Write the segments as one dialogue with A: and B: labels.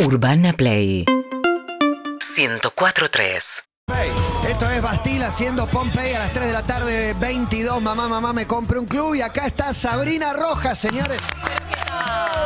A: Urbana Play 104.3
B: Esto es Bastila haciendo Pompey a las 3 de la tarde, 22. Mamá, mamá, me compré un club y acá está Sabrina Rojas, señores.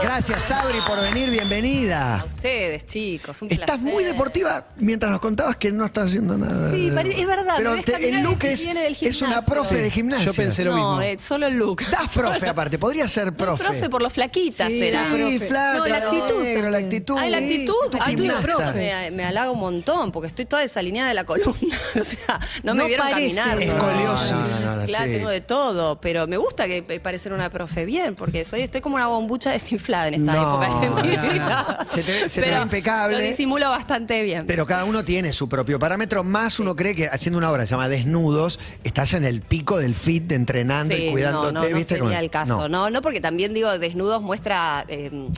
B: Gracias, Sabri, por venir. Bienvenida.
C: Ustedes, chicos, un
B: Estás
C: placer.
B: muy deportiva mientras nos contabas que no estás haciendo nada.
C: Sí, pare- es verdad, me
B: Pero
C: ves
B: te- el
C: caminar y
B: look
C: decís,
B: es,
C: viene del
B: es una
C: gimnasio.
B: profe
C: Sí,
B: de gimnasio.
D: yo pensé lo
C: No,
D: mismo.
C: eh, solo el look.
B: Das profe, aparte. Podría ser
C: Profe,
B: profe.
C: por lo flaquita
B: Sí,
C: será.
B: flaca,
C: No, la actitud
B: negro, la actitud.
C: Ay, la actitud,
B: Tu
C: ay, tu
B: gimnasta.
C: profe, me, me halaga un montón, porque estoy toda desalineada de la columna. O sea, no me
E: No
C: vieron
E: parece.
C: caminar.
B: Escoliosis. No, no, no,
C: claro,
B: sí.
C: tengo de todo, pero me gusta que eh, parecer una profe bien, porque soy, estoy como una bombucha desinflada en esta
B: No,
C: época. de mi
B: no, no.
C: vida.
B: Se te- se te ve
C: Pero
B: impecable.
C: Lo disimulo bastante bien.
B: Pero cada uno tiene su propio parámetro. Más uno cree que haciendo una obra que se llama Desnudos, estás en el pico del fit, de entrenando
C: Sí,
B: y cuidándote.
C: No, no, no
B: ¿viste?
C: sería
B: Como-
C: el caso, no. no, porque también digo, desnudos muestra. eh,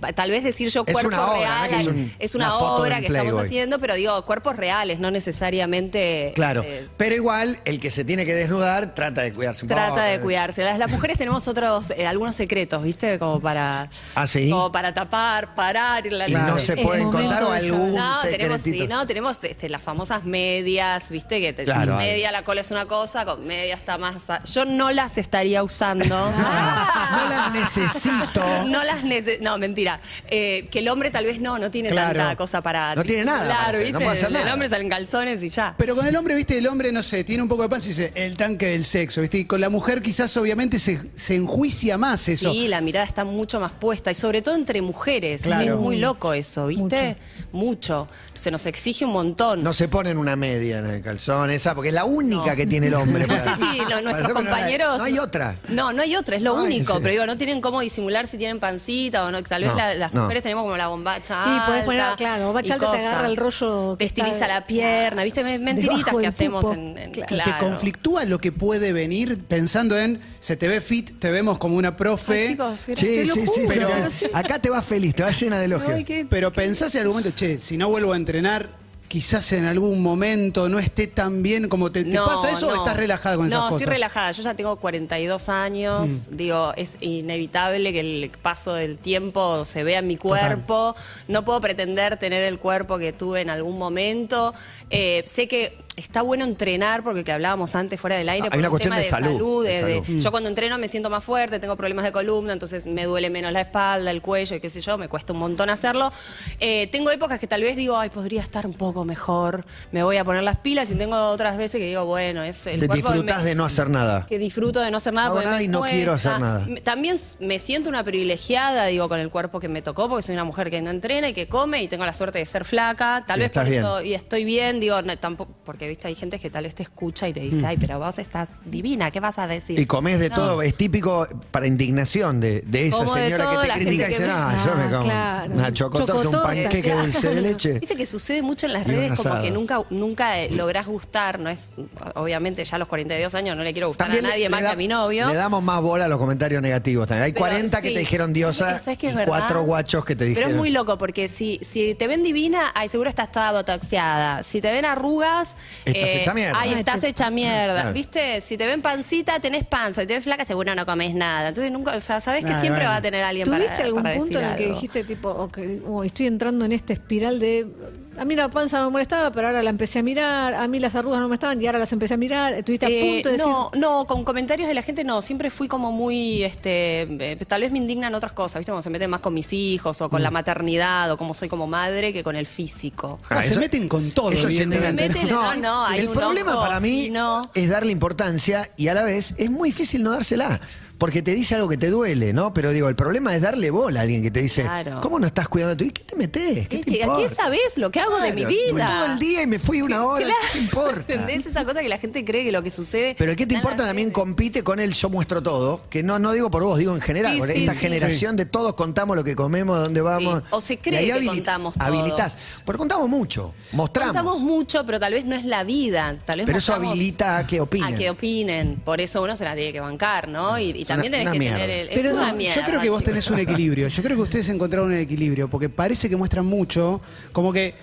C: pa- Tal vez decir yo
B: Es
C: cuerpo
B: una obra, ¿no?
C: real,
B: Que es un-
C: es una,
B: una foto de
C: obra
B: un
C: que
B: Playboy.
C: estamos haciendo, pero digo, cuerpos reales, no necesariamente.
B: Claro.
C: eh,
B: Pero igual, el que se tiene que desnudar trata de cuidarse un poco. ¿eh?
C: Trata de cuidarse. Las, las mujeres tenemos otros, eh, algunos secretos, ¿viste? Como para.
B: Ah, ¿sí?
C: Como para tapar, parar. ir a la-
B: Y no se
C: Eh,
B: pueden
E: momento
B: contar o
E: de-
B: algún
C: no, tenemos, sí,
B: secretito.
C: no, tenemos este, las famosas medias, viste que te,
B: Claro,
C: sin media la cola es una cosa, con media está más. a- Yo no las estaría usando.
B: No las necesito.
C: Ah. No las nece- No, mentira. Eh, que el hombre tal vez no, no tiene
B: Claro.
C: tanta cosa para.
B: No tiene nada para
C: Claro,
B: hacer,
C: ¿viste?
B: no puede hacer
C: el,
B: nada.
C: hombre sale en calzones y ya.
D: Pero con el hombre, viste, el hombre, no sé, tiene un poco de panza y dice, el tanque del sexo, viste. Y con la mujer quizás obviamente se, se enjuicia más eso.
C: Sí, la mirada está mucho más puesta y sobre todo entre mujeres.
D: Claro.
C: Es muy loco eso, ¿viste? Mucho. Se nos exige un montón.
B: No se ponen una media en el calzón, esa, porque es la única que tiene el hombre.
C: No
B: para-
C: sé si lo-
B: para
C: nuestros
B: hacer, pero no hay-
C: compañeros.
B: No hay otra.
C: No, no hay otra, es lo
B: Ay,
C: único.
B: sí.
C: Pero digo, no tienen cómo disimular si tienen pancita o no. Tal vez
B: No,
C: la- las
B: no.
C: mujeres tenemos como la bombacha.
E: Y
C: alta,
E: podés poner, claro, bombacha
C: y
E: alta te
C: cosas.
E: agarra el rollo
C: Te
E: que
C: estiliza
E: está
C: la pierna, ¿viste? Me- Mentiritas
E: debajo
C: que
E: del
C: hacemos
E: pupo.
C: en. en-
E: Y te
D: Y te
C: claro.
D: conflictúa lo que puede venir pensando en, se te ve fit, te vemos como una profe.
E: Ay, chicos, gra-
B: Sí,
E: te lo
B: sí, sí,
E: juro,
B: sí,
D: pero-
B: sí. Acá te vas feliz, te vas llena de elogios.
E: Ay, qué-
D: Pero pensás en algún momento, che, si no vuelvo a entrenar, quizás en algún momento no esté tan bien como te, ¿te
C: No,
D: pasa eso o
C: no.
D: estás relajada con esas
C: No,
D: cosas. Mm.
C: estoy relajada. Yo ya tengo 42 años. Digo, es inevitable que el paso del tiempo se vea en mi cuerpo. No puedo pretender tener el cuerpo que tuve en algún momento. Eh, sé que está bueno entrenar porque que hablábamos antes fuera del aire.
B: Ah,
C: por
B: hay una
C: un
B: cuestión
C: tema
B: de salud, de
C: de- de-
B: salud.
D: Mm.
C: Yo cuando entreno me siento más fuerte, tengo problemas de columna, entonces me duele menos la espalda, el cuello, y qué sé yo, me cuesta un montón hacerlo. Eh, tengo épocas que tal vez digo, ay, podría estar un poco mejor, me voy a poner las pilas, y tengo otras veces que digo, bueno, es el
B: Te
C: cuerpo
B: disfrutás
C: me-
B: de no hacer nada.
C: que disfruto de no hacer nada.
B: No hago
C: porque
B: nada
C: me
B: y no
C: cuesta.
B: quiero hacer nada.
C: Me- También s- me siento una privilegiada, digo, con el cuerpo que me tocó, porque soy una mujer que no entrena y que come y tengo la suerte de ser flaca. Tal
B: Y
C: vez por
B: estás
C: eso, y estoy bien, digo, no, tampoco, porque viste, hay gente que tal vez te escucha y te dice, ay, pero vos estás divina, ¿qué vas a decir?
B: Mm. Y comés de
C: No.
B: todo, es típico para indignación de, de esa
C: Como de
B: señora
C: todo,
B: que
C: la
B: te
C: gente
B: critica y
C: que
B: dice,
C: me-
B: ah, yo me
E: Ah,
B: como
E: claro.
B: una chocotorta, un
E: Chocotorta,
B: panqueque
E: claro.
B: dulce de leche.
C: Viste que sucede mucho en las
B: Y un
C: redes, como
B: asado.
C: que nunca, nunca eh, lográs gustar, no es, obviamente ya a los 42 años no le quiero gustar
B: También
C: a
B: le-
C: nadie
B: le
C: más
B: da-
C: que a mi novio.
B: Le damos más bola a los comentarios negativos también. Hay
C: Pero,
B: 40 que
C: sí.
B: te dijeron diosa
C: ¿Sabes qué es
B: y
C: verdad?
B: cuatro guachos que te dijeron.
C: Pero es muy loco porque si, si te ven divina, ay, seguro estás toda botoxeada. Si te ven arrugas, eh,
B: Estás hecha mierda.
C: Ay,
B: Ay,
C: estás
E: te-
C: hecha mierda.
B: Claro.
C: ¿Viste? Si te ven pancita, tenés panza. Si te ven flaca, seguro no comes nada. Entonces nunca, o sea, sabes que
D: Ay,
C: siempre
D: bueno.
C: va a tener alguien para
E: ¿Tuviste algún
C: para
E: punto
C: decir
E: en el que
C: algo.
E: dijiste, tipo, ok, oh, estoy entrando en esta espiral de. A mí la panza no me molestaba, pero ahora la empecé a mirar. A mí las arrugas no me estaban y ahora las empecé a mirar. Estuviste a
C: Eh,
E: punto de decir.
C: no, no, con comentarios de la gente no, siempre fui como muy, este, eh, tal vez me indignan otras cosas, ¿viste? Cuando se meten más con mis hijos o con
B: Mm.
C: la maternidad o como soy como madre que con el físico.
D: Ah, se meten con todo,
B: eso es
D: evidentemente.
B: indignante.
C: No, no, hay
B: el
C: un
B: problema
C: ojo
B: para mí
C: fino.
B: es darle importancia y a la vez es muy difícil no dársela. Porque te dice algo que te duele, ¿no? Pero digo, el problema es darle bola a alguien que te dice,
C: Claro.
B: ¿cómo no estás cuidando tú? ¿Y qué te metes? ¿Qué
C: Es
B: te
C: que, ¿A qué
B: importa?
C: sabes lo que hago de mi
B: Claro, estuve
C: vida?
B: Todo el día y me fui una hora, ¿qué te importa?
C: ¿Entendés esa cosa que la gente cree que lo que sucede?
B: Pero el que te importa también compite con el yo muestro todo, que no, no digo por vos, digo en general,
C: Sí,
B: por
C: sí,
B: esta
C: sí.
B: generación de todos contamos lo que comemos, dónde vamos.
C: o se cree
B: Y ahí
C: que contamos todo.
B: Habilitás. Porque contamos mucho, mostramos.
C: Contamos mucho, pero tal vez no es la vida. Tal vez
B: pero eso
C: mostramos
B: habilita a que opinen.
C: A que opinen. Por eso uno se la tiene que bancar, ¿no? Y, y
B: Es
C: también
B: una-
C: tenés
B: una
C: que
B: mierda.
C: tener el.
D: Pero
C: es una
D: no,
C: mierda,
D: yo creo que vos
C: chicos.
D: tenés un equilibrio. Yo creo que ustedes encontraron un equilibrio, porque parece que muestran mucho, como que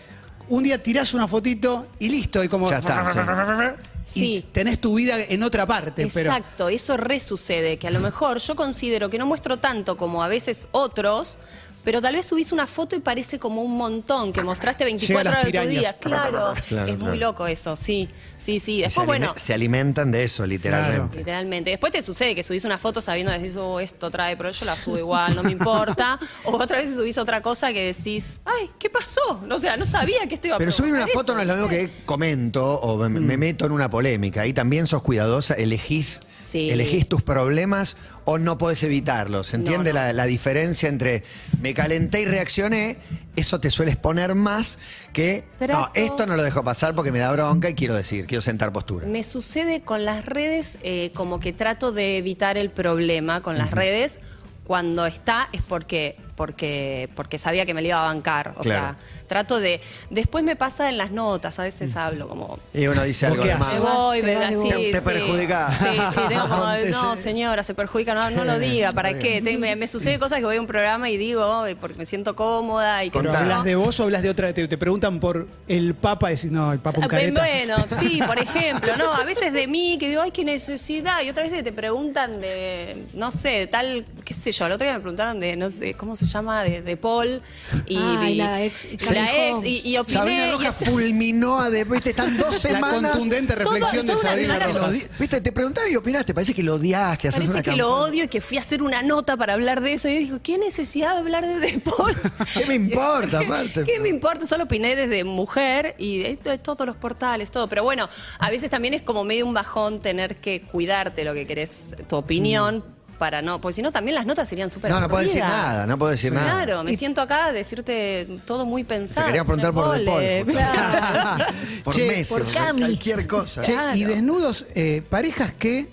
D: un día tirás una fotito y listo, y como
B: Ya está,
D: y
C: Sí.
D: tenés tu vida en otra parte, pero
C: Exacto, eso resucede, que a lo mejor yo considero que no muestro tanto como a veces otros, pero tal vez subís una foto y parece como un montón, que mostraste 24
D: las
C: horas de tu
D: pirañas.
C: día. Claro,
B: Claro,
C: es muy
B: claro.
C: loco eso, sí, sí,
B: Y
C: sí.
B: se, alime-
C: Después, bueno,
B: se alimentan de eso, literalmente.
C: Literalmente. Después te sucede que subís una foto sabiendo que decís, oh, esto trae, pero yo la subo igual, no me importa. o otra vez subís otra cosa que decís, ay, ¿qué pasó? O sea, no sabía que esto iba a
B: Pero subir una
C: provocar
B: foto
C: eso,
B: no es lo mismo
C: ¿viste?
B: que comento o me,
C: Mm.
B: me meto en una polémica. Ahí también sos cuidadosa, elegís,
C: Sí.
B: elegís tus problemas o no podés evitarlos. ¿Entiende
C: No, no.
B: La, la diferencia entre me calenté y reaccioné? Eso te suele exponer más que no,
C: Trato.
B: esto no lo dejo pasar porque me da bronca y quiero decir, quiero sentar postura.
C: Me sucede con las redes eh, como que trato de evitar el problema con las redes. Cuando está es porque, porque, porque sabía que me lo iba a bancar. O
B: Claro.
C: sea, trato de... Después me pasa en las notas, a veces hablo como...
B: Y uno dice
D: ¿Vos
B: algo
D: qué
B: de
D: haces?
C: Me
B: más.
C: voy,
E: Te
C: me-
E: vale
C: así,
E: vos.
B: Te- te
C: sí.
B: perjudica.
C: Sí, sí, tengo como, no,
B: Antes, eh.
C: señora, se perjudica, no, no lo diga, ¿para qué? Te- me, me sucede cosas que voy a un programa y digo, "Ay, porque me siento cómoda y que
D: Pero
B: Contá.
D: hablas de vos o hablas de otra. Te, te preguntan por el Papa y decís, no, el Papa un careta.
C: Ah, pues, Bueno, sí, por ejemplo, no, a veces de mí que digo, ay, qué necesidad, y otras veces te preguntan de, no sé, de tal, qué sé yo, el otro día me preguntaron de, no sé, ¿cómo se llama? De, de Paul, y,
E: Ah, y la ex-
C: y, la
E: Karen
C: ex, y, y opiné,
B: Sabrina
C: y-
B: Rojas fulminó a de, viste, están dos
D: La
B: semanas.
D: contundente reflexión
C: Todo- toda
D: de
C: una
D: Sabrina
C: semana
B: Lo
D: Rojas.
B: di- Viste, te preguntaron y opinaste, parece que lo odias, que haces
C: Parece
B: una
C: que lo odio y que fui a hacer una nota para hablar de eso. Y dijo, ¿qué necesidad de hablar de deporte?
B: ¿Qué me importa, aparte?
C: ¿Qué me importa? Solo opiné desde mujer y de- de todos los portales, todo. Pero bueno, a veces también es como medio un bajón tener que cuidarte lo que querés, tu opinión, para no. Porque si no, también las notas serían súper
B: Mm. No, no puedo decir
C: aburridas.
B: nada, no puedo decir nada.
C: Claro, me siento acá a decirte todo muy pensado.
B: quería
C: es un
B: preguntar por De Paul,
C: embole.
B: justo.
C: Claro.
B: Por
D: Che,
B: Messi,
E: por
B: por
E: Cami.
B: cualquier cosa.
D: Che,
C: Claro.
D: y desnudos, eh, parejas que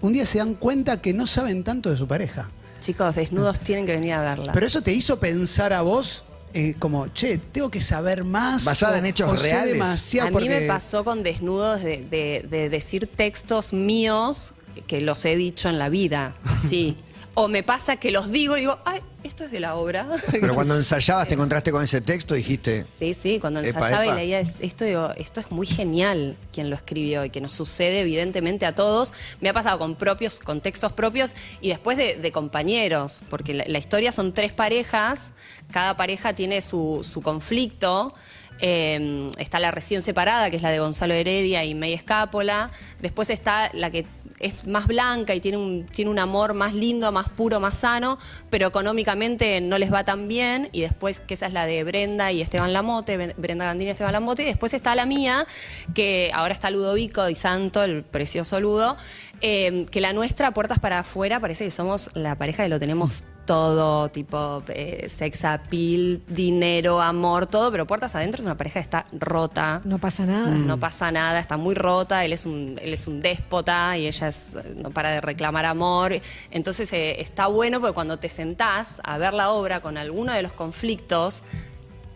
D: un día se dan cuenta que no saben tanto de su pareja.
C: Chicos, desnudos tienen que venir a verla.
D: Pero eso te hizo pensar a vos eh, como, che, tengo que saber más.
B: Basada
D: o-
B: en hechos
D: o sé
B: reales.
D: demasiado
C: a
D: porque-
C: mí me pasó con desnudos de, de- de decir textos míos que los he dicho en la vida, sí. O me pasa que los digo y digo, ay, esto es de la obra.
B: Pero cuando ensayabas, te encontraste con ese texto y dijiste.
C: Sí, sí, cuando
B: Epa,
C: ensayaba
B: epa.
C: y leía es- esto, digo, esto es muy genial quien lo escribió y que nos sucede evidentemente a todos. Me ha pasado con propios, con textos propios y después de, de compañeros, porque la, la historia son tres parejas, cada pareja tiene su, su conflicto. Eh, está la recién separada, que es la de Gonzalo Heredia y May Escápola. Después está la que es más blanca y tiene un, tiene un amor más lindo, más puro, más sano, pero económicamente no les va tan bien. Y después, que esa es la de Brenda y Esteban Lamote, Ben- Brenda Gandini y Esteban Lamote. Y después está la mía, que ahora está Ludovico y Santo, el precioso Ludo, eh, que la nuestra, Puertas para Afuera, parece que somos la pareja que lo tenemos todo, tipo eh, sex appeal, dinero, amor, todo, pero Puertas Adentro es una pareja que está rota,
E: No pasa nada.
B: Mm.
C: no pasa nada, está muy rota, él es un, él es un déspota y ella es- no para de reclamar amor. Entonces eh, está bueno porque cuando te sentás a ver la obra con alguno de los conflictos,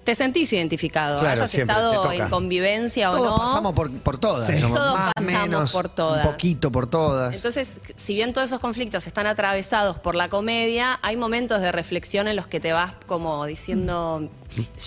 C: te sentís identificado,
B: Claro,
C: hayas
B: siempre, te
C: estado
B: toca.
C: en convivencia
B: Todos
C: o no.
B: pasamos por, por todas.
D: Sí.
B: digamos,
C: Todos
B: más,
C: pasamos
B: menos.
C: por todas.
B: Un poquito por todas.
C: Entonces, si bien todos esos conflictos están atravesados por la comedia, hay momentos de reflexión en los que te vas como diciendo,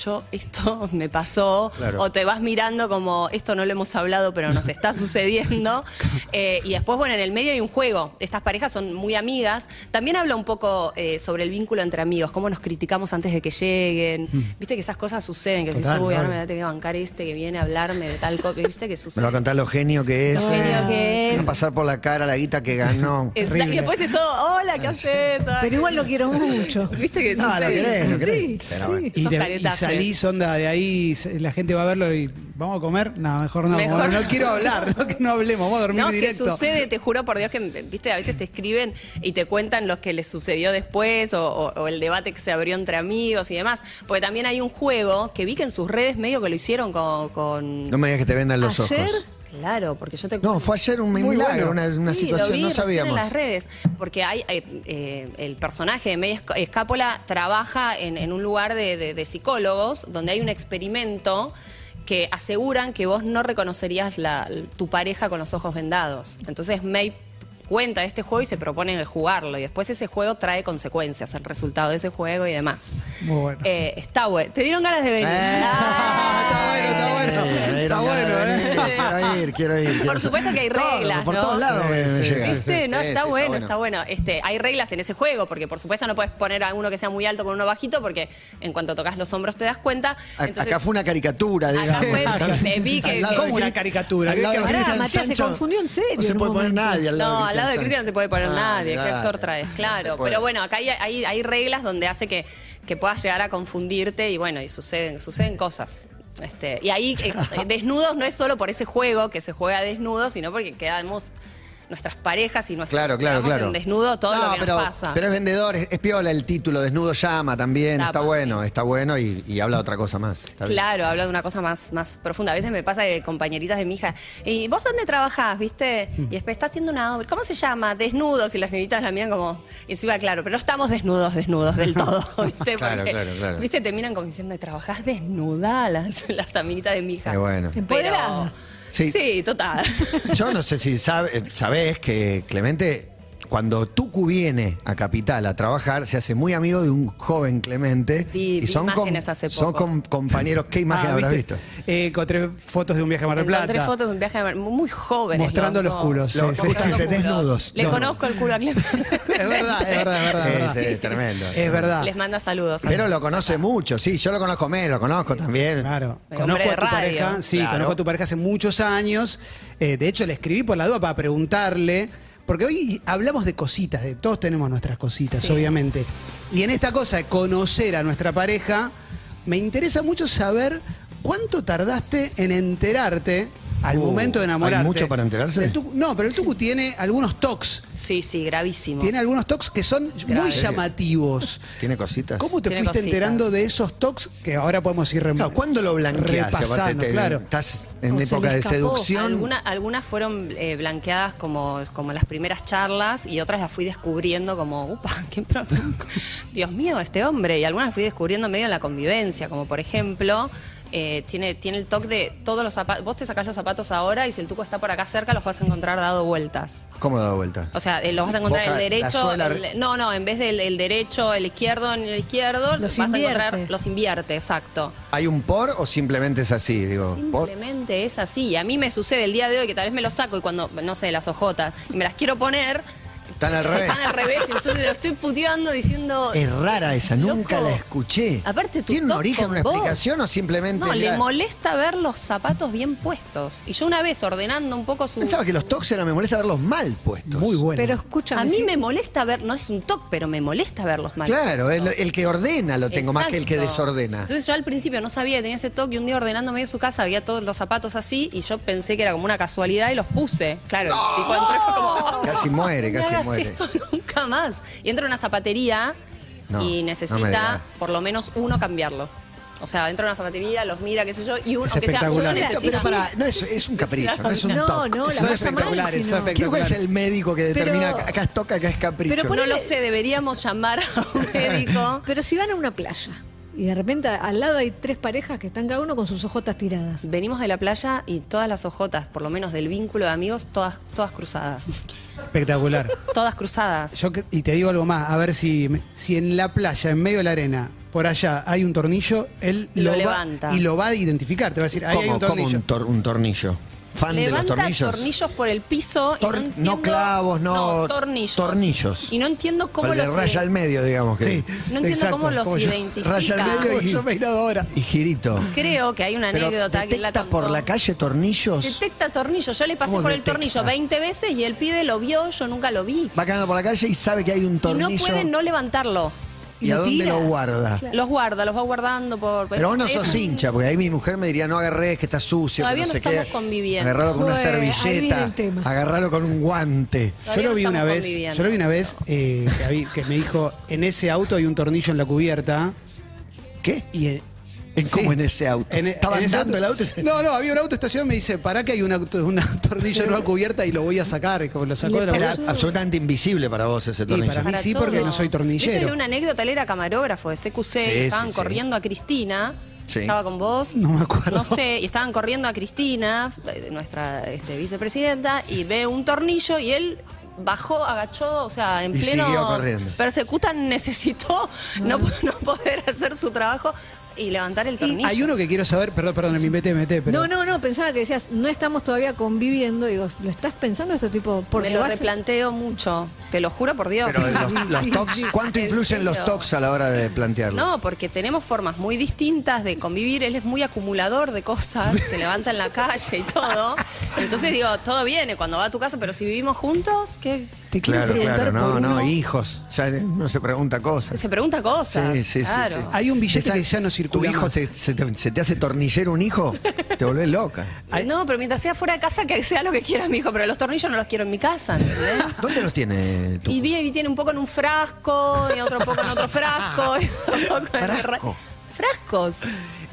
C: yo esto me pasó,
B: Claro.
C: o te vas mirando como, esto no lo hemos hablado, pero nos está sucediendo. Eh, y después, bueno, en el medio hay un juego. Estas parejas son muy amigas. También habla un poco eh, sobre el vínculo entre amigos, cómo nos criticamos antes de que lleguen.
B: Hmm.
C: Viste que esas cosas suceden, que
D: Total,
C: se sube, ahora
D: obvio.
C: me voy a tener que bancar este que viene a hablarme de tal cosa. Viste
B: Me va
C: que
B: a
C: sucede.
B: contar lo genio que es.
C: Lo genio que
B: Van a
C: es.
B: pasar por la cara la guita que ganó.
C: Exacto, Y después es todo, hola, ¿qué haces?
E: Pero igual lo quiero mucho.
C: Viste que
B: no, lo
C: sucede?
B: querés, lo querés.
E: Sí,
B: Pero bueno.
D: Y,
C: Sos
D: te- y
C: caretazo.
D: salís, onda, de ahí, se- la gente va a verlo y vamos a comer. No, mejor no.
C: Mejor
D: No,
C: no.
D: quiero hablar, no, que no hablemos, vamos a dormir
C: No,
D: directo.
C: que sucede, te juro por Dios que, viste, a veces te escriben y te cuentan lo que les sucedió después o, o- o el debate que se abrió entre amigos y demás. Porque también hay un juego que vi que en sus redes medio que lo hicieron con... con-
B: No me digas que te vendan los
E: Ayer,
B: ojos.
C: Claro, porque yo te...
B: No, fue ayer un
D: Muy
B: milagro,
D: bueno.
B: una, una
C: Sí, lo
B: situación,
C: vi
B: no
C: recién
B: sabíamos.
C: en las redes, porque hay eh, eh, el personaje de Media Esca- Escápola trabaja en, en un lugar de, de- de psicólogos donde hay un experimento que aseguran que vos no reconocerías la- tu pareja con los ojos vendados. Entonces May cuenta de este juego y se propone el jugarlo y después ese juego trae consecuencias, el resultado de ese juego y demás.
D: Muy bueno.
C: Eh, está bueno. Te dieron ganas de venir.
B: Eh,
C: Ah.
B: está bueno, está bueno.
D: Está
B: Está
D: bueno,
B: bueno,
D: eh.
B: ¿eh? ir, quiero ir. quiero
C: Por
B: ir.
C: supuesto que hay
B: Todo,
C: reglas,
B: Por
C: ¿no?
B: todos lados me, me
D: Sí,
B: llega.
D: sí,
C: ¿Viste? Este, No,
B: Sí,
C: está,
B: sí,
C: bueno, está bueno, Este, Hay reglas en ese juego, porque por supuesto no puedes poner a uno que sea muy alto con uno bajito, porque en cuanto tocas los hombros te das cuenta.
B: A-
C: Entonces,
B: acá fue una caricatura,
C: acá
B: digamos.
C: fue- te vi que-
B: Al lado de
D: ¿Cómo una
B: Cristian-
D: caricatura?
B: al lado de
D: Pará,
B: Cristian
E: Matías, se
B: Sancho
E: confundió en serio
B: No se
E: en
B: puede
E: un
B: poner
E: momento.
B: nadie al lado
C: No, al lado de Cristian no se puede poner
B: Ah,
C: nadie. ¿Qué
B: olvidate.
C: actor traes?
B: No
C: Claro.
B: se puede.
C: Pero bueno, acá hay, hay, hay reglas donde hace que, que puedas llegar a confundirte y bueno, y suceden, suceden cosas. Este, y ahí, eh, desnudos no es solo por ese juego que se juega desnudo, sino porque quedamos nuestras parejas y nuestros
B: Claro, claro, claro.
C: en desnudo todo
B: No,
C: lo que
B: pero,
C: nos pasa.
B: Pero es vendedor, es, es piola el título, desnudo llama también.
C: Tapa,
B: está bueno,
C: sí.
B: está bueno y, y habla otra cosa más. está bien.
C: Claro, habla de una cosa más, más profunda. A veces me pasa de compañeritas de mi hija. ¿Y vos dónde trabajás, viste?
B: Hmm.
C: Y después está haciendo una obra. ¿Cómo se llama? Desnudos. Y las nenitas la miran como. Y encima, claro, pero no estamos desnudos, desnudos del todo, ¿viste?
B: Claro, claro, claro.
C: ¿Viste? Te miran como diciendo, ¿trabajás desnuda? Las, las amiguitas de mi hija.
B: Qué bueno.
E: Empoderada.
C: Pero,
B: Sí.
C: sí. total.
B: Yo no sé si sabe- eh, sabés que Clemente, cuando Tucu viene a Capital a trabajar, se hace muy amigo de un joven Clemente.
C: Vi- vi imágenes hace poco.
B: son com- compañeros. ¿Qué imagen
D: Ah,
B: habrás
D: ¿viste?
B: visto?
D: Eh, encontré fotos de un viaje a Mar del
C: Encontré
D: Plata.
C: fotos de un viaje de mar- muy joven.
D: Mostrando los culos,
B: sí, sí. Justamente, desnudos.
C: Le
B: No.
C: conozco el culo a Clemente.
D: Es verdad, es verdad, es verdad. Es verdad.
B: Es, eh, tremendo.
D: Es verdad.
C: Les manda saludos.
B: Pero lo conoce mucho, sí, yo lo conozco menos, lo conozco también.
D: Claro.
C: El hombre
D: Conozco
C: de
D: a tu
C: radio.
D: pareja. Sí,
B: Claro.
D: conozco a tu pareja hace muchos años. Eh, de hecho, le escribí por la duda para preguntarle. Porque hoy hablamos de cositas, de todos tenemos nuestras cositas,
C: Sí.
D: obviamente. Y en esta cosa de conocer a nuestra pareja, me interesa mucho saber cuánto tardaste en enterarte al
B: Uh,
D: momento de
B: ¿hay
D: enamorarte.
B: mucho para enterarse?
D: Del Tucu- no, pero el Tucu tiene algunos tocs.
C: Sí, sí, gravísimo.
D: Tiene algunos tocs que son muy
C: Grave.
D: llamativos.
B: ¿Tiene cositas?
D: ¿Cómo te
C: Tiene
D: fuiste
C: cositas.
D: enterando de esos tocs que ahora podemos ir rem-
B: Claro, ¿Cuándo lo blanqueas?
D: repasando, claro.
B: Estás en
E: O se
B: época
E: le
B: de
E: escapó
B: seducción.
C: Alguna- algunas fueron eh, blanqueadas como, como en las primeras charlas y otras las fui descubriendo como, upa, qué pronto. Dios mío, este hombre. Y algunas las fui descubriendo medio en la convivencia, como por ejemplo. eh, tiene, tiene el toque de todos los zapatos. Vos te sacás los zapatos ahora y si el tuco está por acá cerca, los vas a encontrar dado vueltas.
B: ¿Cómo da vuelta?
C: O sea, eh, los vas a encontrar
B: Boca,
C: el
B: la
C: derecho.
B: suela-
C: el- no, no, en vez del el derecho, el izquierdo, en el izquierdo,
E: Los
C: vas a
E: invierte.
C: encontrar. Los invierte, exacto.
B: ¿Hay un por o simplemente es así? Digo, por.
C: Simplemente es así. Y a mí me sucede el día de hoy que tal vez me lo saco y cuando, no sé, las ojotas, y me las quiero poner,
B: Están al revés.
C: están al revés. Entonces lo estoy puteando diciendo.
B: Es rara esa, nunca
C: Loco.
B: la escuché.
C: Aparte, tu
B: ¿Tiene un
C: toc
B: origen,
C: con
B: una
C: vos.
B: explicación o simplemente.?
C: No,
B: mirá,
C: le molesta ver los zapatos bien puestos. Y yo una vez ordenando un poco su.
B: Pensaba que los tocs eran, me molesta verlos mal puestos.
D: Muy bueno.
E: Pero escúchame.
C: A mí
E: si-
C: me molesta ver, no es un toc, pero me molesta verlos mal.
B: Claro, el, el que ordena lo tengo más que el que
C: Exacto.
B: desordena.
C: Entonces yo al principio no sabía, tenía ese toque, y un día ordenándome de su casa había todos los zapatos así y yo pensé que era como una casualidad y los puse. Claro, el tipo entró y fue como... "Oh,
B: Casi muere,
C: no me
B: casi
C: hagas
B: muere.
C: esto nunca más. Y entra a una zapatería
B: No, no
C: y
B: me
C: necesita
B: digas.
C: por lo menos uno cambiarlo. O sea, entra a una zapatería, los mira, qué sé yo, y uno
D: Es
C: que sea...
D: espectacular.
C: yo
B: Pero esto,
C: necesito-
B: pero pará, no es, es un capricho, no es un
E: No,
B: toc.
E: no, la
B: Eso es
E: pasa mal,
B: espectacular.
E: si no.
B: ¿Quién es el médico que determina
E: Pero-
B: acá es toca, acá es capricho?
E: Pero
C: No
E: ponele-
C: lo sé, deberíamos llamar a un médico.
E: Pero si van a una playa y de repente al lado hay tres parejas que están cada uno con sus ojotas tiradas.
C: Venimos de la playa y todas las ojotas, por lo menos del vínculo de amigos, todas, todas cruzadas.
D: Espectacular.
C: Todas cruzadas.
D: Yo que- y te digo algo más, a ver si, me- si en la playa, en medio de la arena, por allá hay un tornillo, él
C: Lo
D: va-
C: levanta.
D: y lo va a identificar, te va a decir, ahí hay
B: ¿Cómo,
D: un
B: cómo
D: tornillo.
B: un, tor- un tornillo? ¿Fan de los
C: Levanta
B: tornillos?
C: por el piso. y
B: Tor-
C: no,
B: no
C: entiendo-
B: clavos, no-
C: tornillos.
B: tornillos.
C: Y no entiendo cómo
B: Con la
C: los.
B: raya al medio, digamos que.
D: Sí.
C: No entiendo
D: Exacto,
C: cómo los
D: como yo-
C: identifica.
B: raya al medio
D: Como yo me he ido ahora.
B: Y girito.
C: Creo que hay una
B: Pero
C: anécdota que la
B: detecta
C: contó.
B: por la calle tornillos.
C: Detecta tornillos. Yo le pasé
B: ¿Cómo
C: por
B: detecta?
C: el tornillo 20 veces y el pibe lo vio, yo nunca lo vi.
B: Va caminando por la calle y sabe que hay un
C: Y no
B: tornillo.
C: puede no levantarlo.
B: ¿Y a
E: lo
B: dónde
E: tira.
B: lo guarda?
E: Claro.
C: Los guarda, los va guardando por.
B: Pero vos no
C: es
B: sos
C: un-
B: hincha, porque ahí mi mujer me diría, no agarres, que está sucio,
C: Todavía
B: que no,
C: no
B: sé
C: estamos
B: qué.
C: conviviendo.
B: Agarralo con una
E: Bueno, ahí viene
B: servilleta,
E: el tema.
B: agarralo con un guante.
D: Yo
C: Todavía
D: lo
C: no
D: vi una
C: estamos
D: vez,
C: conviviendo.
D: yo lo vi una vez eh, que, habí- que me dijo, en ese auto hay un tornillo en la cubierta.
B: ¿Qué?
D: Y, eh,
B: ¿En ¿Cómo
D: sí.
B: en ese auto?
D: En- e-
B: Estaba
D: en ese
B: andando el auto. y se-
D: No, no, había un auto estacionado y me dice, pará que hay un, auto- un tornillo en la cubierta y lo voy a sacar. Y como lo sacó de la
B: Era
D: bolsa.
B: absolutamente invisible para vos ese
D: Y
B: tornillo.
D: para mí
C: Para
D: sí, porque
C: todos.
D: no soy
C: De hecho,
D: tornillero.
C: era una anécdota, él era camarógrafo de CQC, estaban
B: sí, sí.
C: corriendo a Cristina.
B: Sí.
C: Estaba con vos.
D: No me acuerdo.
C: No sé, y estaban corriendo a Cristina, eh, nuestra este, vicepresidenta, y ve un tornillo y él bajó, agachó, o sea, en
B: Y
C: pleno
B: siguió corriendo.
C: persecutan necesitó no, po- no poder hacer su trabajo. y levantar el tornillo.
D: Hay uno que quiero saber, perdón, perdón, me inventé, me meté, pero.
E: No, no, no, pensaba que decías, no estamos todavía conviviendo. Digo, ¿lo estás pensando esto tipo? Porque
C: me lo
E: vas-
C: replanteo mucho, te lo juro por Dios.
B: Pero los, los tocs, ¿cuánto
C: ¿En
B: influyen los
C: serio?
B: tocs a la hora de plantearlo?
C: No, porque tenemos formas muy distintas de convivir. Él es muy acumulador de cosas, se levanta en la calle y todo. Entonces digo, todo viene cuando va a tu casa, pero si vivimos juntos, ¿qué?
D: Te quiero
B: claro,
D: preguntar
B: claro, no,
D: por
B: no,
D: uno-
B: hijos. Ya no se pregunta cosas.
C: Se pregunta cosas.
B: Sí, sí, sí,
C: claro.
B: sí.
D: Hay un billete
B: Esa-
D: que ya no circula.
B: ¿Tu hijo
D: más.
B: se, se te, se te hace tornillero un hijo? Te volvés loca.
C: No, pero mientras sea fuera de casa, que sea lo que quiera mi hijo, pero los tornillos no los quiero en mi casa. ¿entendés?
B: ¿Dónde los tiene tu
C: Y Vivi tiene un poco en un frasco, y otro poco en otro frasco. y otro poco en el ra-
B: Frasco.
C: Frascos.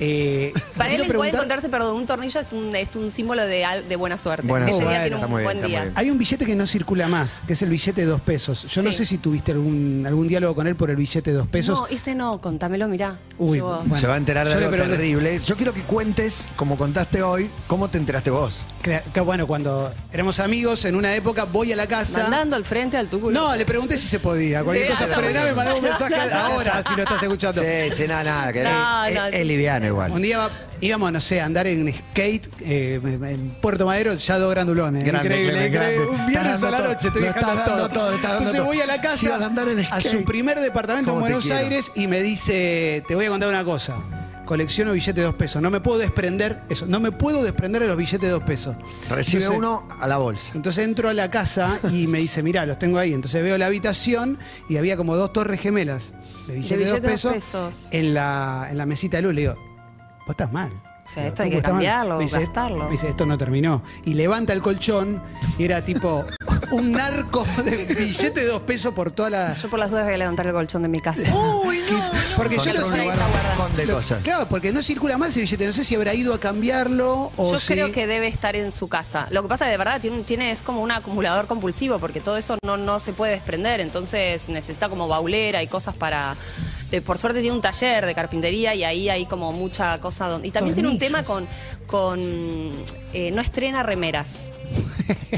D: Eh,
C: Para él
D: quiero
C: el puede
D: preguntar-
C: encontrarse, perdón, un tornillo es un, es un símbolo de, al- de buena suerte.
B: Buena
C: Ese
D: suerte.
C: día tiene
B: Está
C: un
B: muy bien,
C: buen
B: está muy
C: día.
B: bien.
D: Hay un billete que no circula más, que es el billete de dos pesos. Yo no
C: Sí.
D: sé si tuviste algún, algún diálogo con él por el billete de dos pesos.
C: No, ese no, contámelo, mirá.
D: Uy,
C: Yo-
D: bueno.
B: Se va a enterar de
D: Yo le
B: algo
D: pregunté-
B: terrible. Yo quiero que cuentes, como contaste hoy, cómo te enteraste vos.
D: Que- que bueno, cuando éramos amigos, en una época voy a la casa.
C: Mandando al frente al tuculo.
D: No, le pregunté si se podía. Cualquier
C: Sí,
D: cosa,
C: está
D: frename,
B: bien.
D: mandame un mensaje ahora, si lo estás escuchando.
B: Sí, sí, nada, nada. que-
C: No,
B: es,
C: no.
B: es liviano
D: Un
B: igual.
D: día va- íbamos, no sé, a andar en skate eh, en Puerto Madero, ya dos grandulones.
B: Grande,
D: increíble,
B: Clemen,
D: increíble.
B: grande.
D: Un viernes
B: Estás
D: a la
B: dando
D: noche, estoy
B: todo, lo
D: viajando
B: estás dando
D: todo.
B: todo, estás dando
D: Entonces
B: todo.
D: voy a la
B: Sí,
D: casa,
B: a andar en
D: a
B: skate.
D: su primer departamento en
B: Cómo te
D: Buenos
B: quiero.
D: Aires y me dice, te voy a contar una cosa. Colecciono billetes de dos pesos. No me puedo desprender, eso, no me puedo desprender de los billetes de dos pesos.
B: Recibe
D: Entonces-
B: uno a la bolsa.
D: entonces entro a la casa y me dice, mirá, los tengo ahí. Entonces veo la habitación y había como dos torres gemelas de billetes de,
C: billete
D: dos pesos,
C: pesos.
D: En, la, en la mesita de luz. Le digo, vos estás mal.
C: O sea,
D: Digo,
C: esto hay
D: "Tucu,
C: que
D: estás mal".
C: cambiarlo,
D: Me dice,
C: gastarlo.
D: Me dice, esto no terminó. Y levanta el colchón y era tipo un narco de billete de dos pesos por toda la...
C: Yo por las dudas voy a levantar el colchón de mi casa.
E: Uy, no, no.
D: Porque yo
B: Encontró
D: lo
B: un
D: sé...
B: lugar donde esconde cosas.
D: Claro, porque no circula más el billete. No sé si habrá ido a cambiarlo o
C: Yo
D: si-
C: creo que debe estar en su casa. Lo que pasa es de verdad tiene, tiene es como un acumulador compulsivo porque todo eso no, no se puede desprender, entonces necesita como baulera y cosas para de- por suerte tiene un taller de carpintería y ahí hay como mucha cosa donde y también tiene un tema con con eh, no estrena remeras.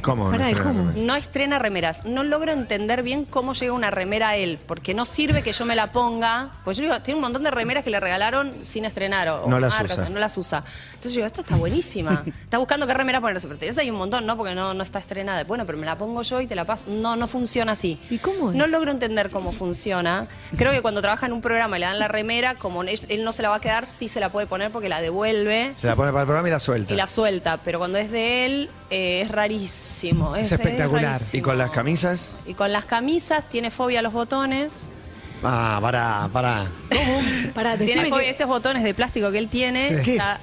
B: ¿Cómo?
E: Pará,
B: Nuestra-
E: ¿cómo?
C: No estrena remeras. No logro entender bien cómo llega una remera a él, porque no sirve que yo me la ponga. Pues yo digo, tiene un montón de remeras que le regalaron sin estrenar o o
B: No las
C: marcas,
B: usa.
C: No las usa. Entonces yo digo, esta está buenísima. está buscando qué remera ponerse, pero te esa hay un montón, ¿no? Porque no, no está estrenada. Bueno, pero me la pongo yo y te la paso. No, no funciona así.
E: ¿Y cómo es?
C: No logro entender cómo funciona. Creo que cuando trabaja en un programa y le dan la remera, como él él no se la va a quedar, sí se la puede poner porque la devuelve.
B: Se la pone para el programa y la suelta.
C: Y la suelta, pero cuando es de él eh, es rarísimo.
D: Es espectacular.
B: ¿Y con las camisas?
C: Y con las camisas tiene fobia a los botones.
B: Ah, pará, pará.
C: Tiene
E: Pará, Ah, decime
C: fobia a
E: que-
C: esos botones de plástico que él tiene.
B: Sí. ¿Qué
C: Está-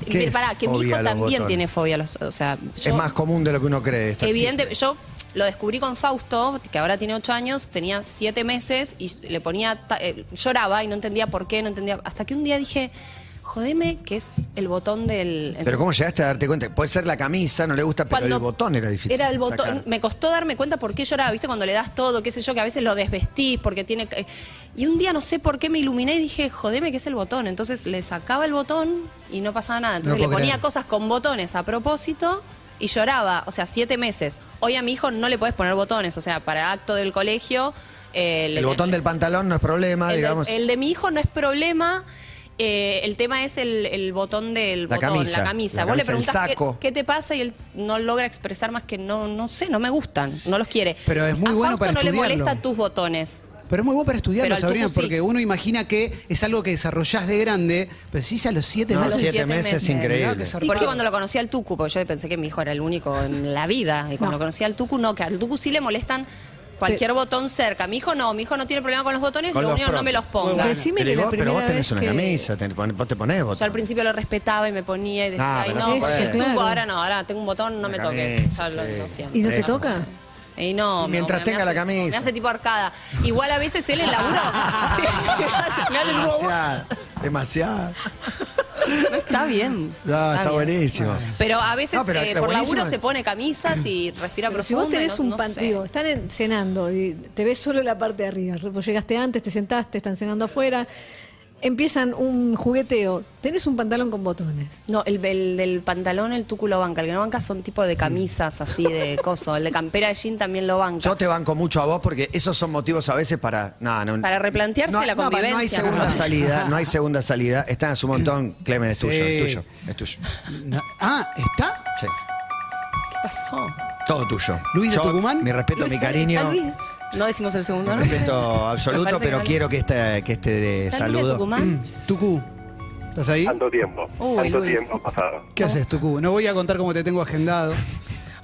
B: es- qué es
C: Pará, que mi
B: fobia
C: hijo
B: a los
C: también
B: botones?
C: tiene fobia a los. O sea, yo-
B: es más común de lo que uno cree esto.
C: Evidente, yo lo descubrí con Fausto, que ahora tiene ocho años, tenía siete meses y le ponía, ta- eh, lloraba y no entendía por qué, no entendía. Hasta que un día dije, jodeme, que es el botón del.
B: Pero ¿cómo llegaste a darte cuenta? Puede ser la camisa, no le gusta, pero
C: Cuando
B: el botón era difícil.
C: Era el botón.
B: sacar.
C: Me costó darme cuenta por qué lloraba, ¿viste? Cuando le das todo, qué sé yo, que a veces lo desvestís porque tiene. que- Y un día no sé por qué me iluminé y dije, jodeme, que es el botón. Entonces le sacaba el botón y no pasaba nada. Entonces
D: No
C: le
D: puedo
C: ponía
D: creer.
C: cosas con botones a propósito y lloraba. O sea, siete meses. Hoy a mi hijo no le puedes poner botones. O sea, para acto del colegio. eh, le
B: El botón del pantalón no es problema,
C: el, de-
B: Ah, digamos.
C: el de mi hijo no es problema. eh, el tema es el, el botón del
B: La
C: botón,
B: camisa,
C: la camisa.
B: la
C: Vos le
B: camisa, el
C: preguntás qué-
B: saco.
C: Qué, te pasa y él no logra expresar más que no, no sé, no me gustan, no los quiere.
D: Pero es muy
C: A
D: bueno
C: Fausto
D: para
C: no le
D: estudiarlo.
C: molestan tus botones.
D: Pero es muy bueno para estudiarlo,
C: Pero al
D: Sabrina,
C: tucu sí.
D: porque uno imagina que es algo que desarrollás de grande, pero si es a los siete
B: No,
D: meses.
B: siete,
C: siete
B: meses,
C: meses.
D: Mirá
B: increíble.
D: que zarpado.
C: Por eso cuando lo conocí al Tucu, porque yo pensé que mi hijo era el único en la vida. Y cuando
E: No.
C: lo conocí al Tucu, no, que al Tucu sí le molestan cualquier botón cerca. Mi hijo no, mi hijo no tiene problema con los botones,
B: Con
C: lo
B: los
C: único no
B: propios.
C: me los
E: Muy
C: ponga.
E: bueno. Decime
B: pero,
E: que la
B: vos, pero vos
E: primera
B: tenés
E: vez
B: una
E: que-
B: camisa, te, pon- vos te ponés botón.
C: Yo al principio lo respetaba y me ponía y decía,
B: No,
C: ay,
B: Ah, pero
C: no,
B: no se
C: porque
B: puede.
C: es el tubo,
E: Claro.
C: ahora no, ahora tengo un botón, no
B: La
C: me toques.
B: camisa,
C: Ya lo,
B: sí.
C: lo siento.
E: ¿Y no
B: Eh,
E: te toca?
C: Y no,
B: Mientras
C: me- me
B: tenga
C: hace-
B: la camisa.
C: Me hace tipo arcada. Igual a veces él en laburo. sí, me hace tipo,
B: Demasiado. demasiado.
C: no está bien.
B: No, está,
C: bien.
B: buenísimo.
C: Pero a veces
B: No, pero
C: eh,
B: está
C: por laburo
B: buenísimo.
C: se pone camisas y respira
E: Pero
C: profundo.
E: si vos
C: y
E: tenés
C: no-
E: un
C: no
E: pan,
C: sé.
E: digo, están en- cenando y te ves solo la parte de arriba. Vos llegaste antes, te sentaste, están cenando afuera. empiezan un jugueteo. Tenés un pantalón con botones.
C: No, el, el del pantalón, el túculo banca. El que no banca son tipo de camisas así de coso. El de campera de jean también lo banca.
B: Yo te banco mucho a vos porque esos son motivos a veces para. No, no,
C: Para replantearse
B: no,
C: la
B: no, pa- No, hay
C: convivencia,
B: segunda
C: ¿no?
B: salida, no hay segunda salida. Están a su montón, Clemen, es tuyo, es
D: Sí.
B: tuyo, es tuyo.
D: No- Ah, ¿está?
B: Sí.
C: ¿Qué pasó?
B: Todo tuyo.
D: Luis de
B: Yo,
D: Tucumán.
B: Mi respeto, mi
C: Ah,
B: cariño.
C: Luis. No decimos el segundo,
B: Mi
C: ¿no?
B: respeto absoluto,
C: Parece que
B: pero
C: no.
B: quiero que este, que este de
C: ¿Está Luis de
B: saludo. Mm.
C: Tucumán?
D: Tucu. ¿Estás ahí?
A: Tanto tiempo.
C: Uy,
A: tanto
C: Luis.
A: tiempo ha pasado.
D: ¿Qué haces, Tucu? No voy a contar cómo te tengo agendado.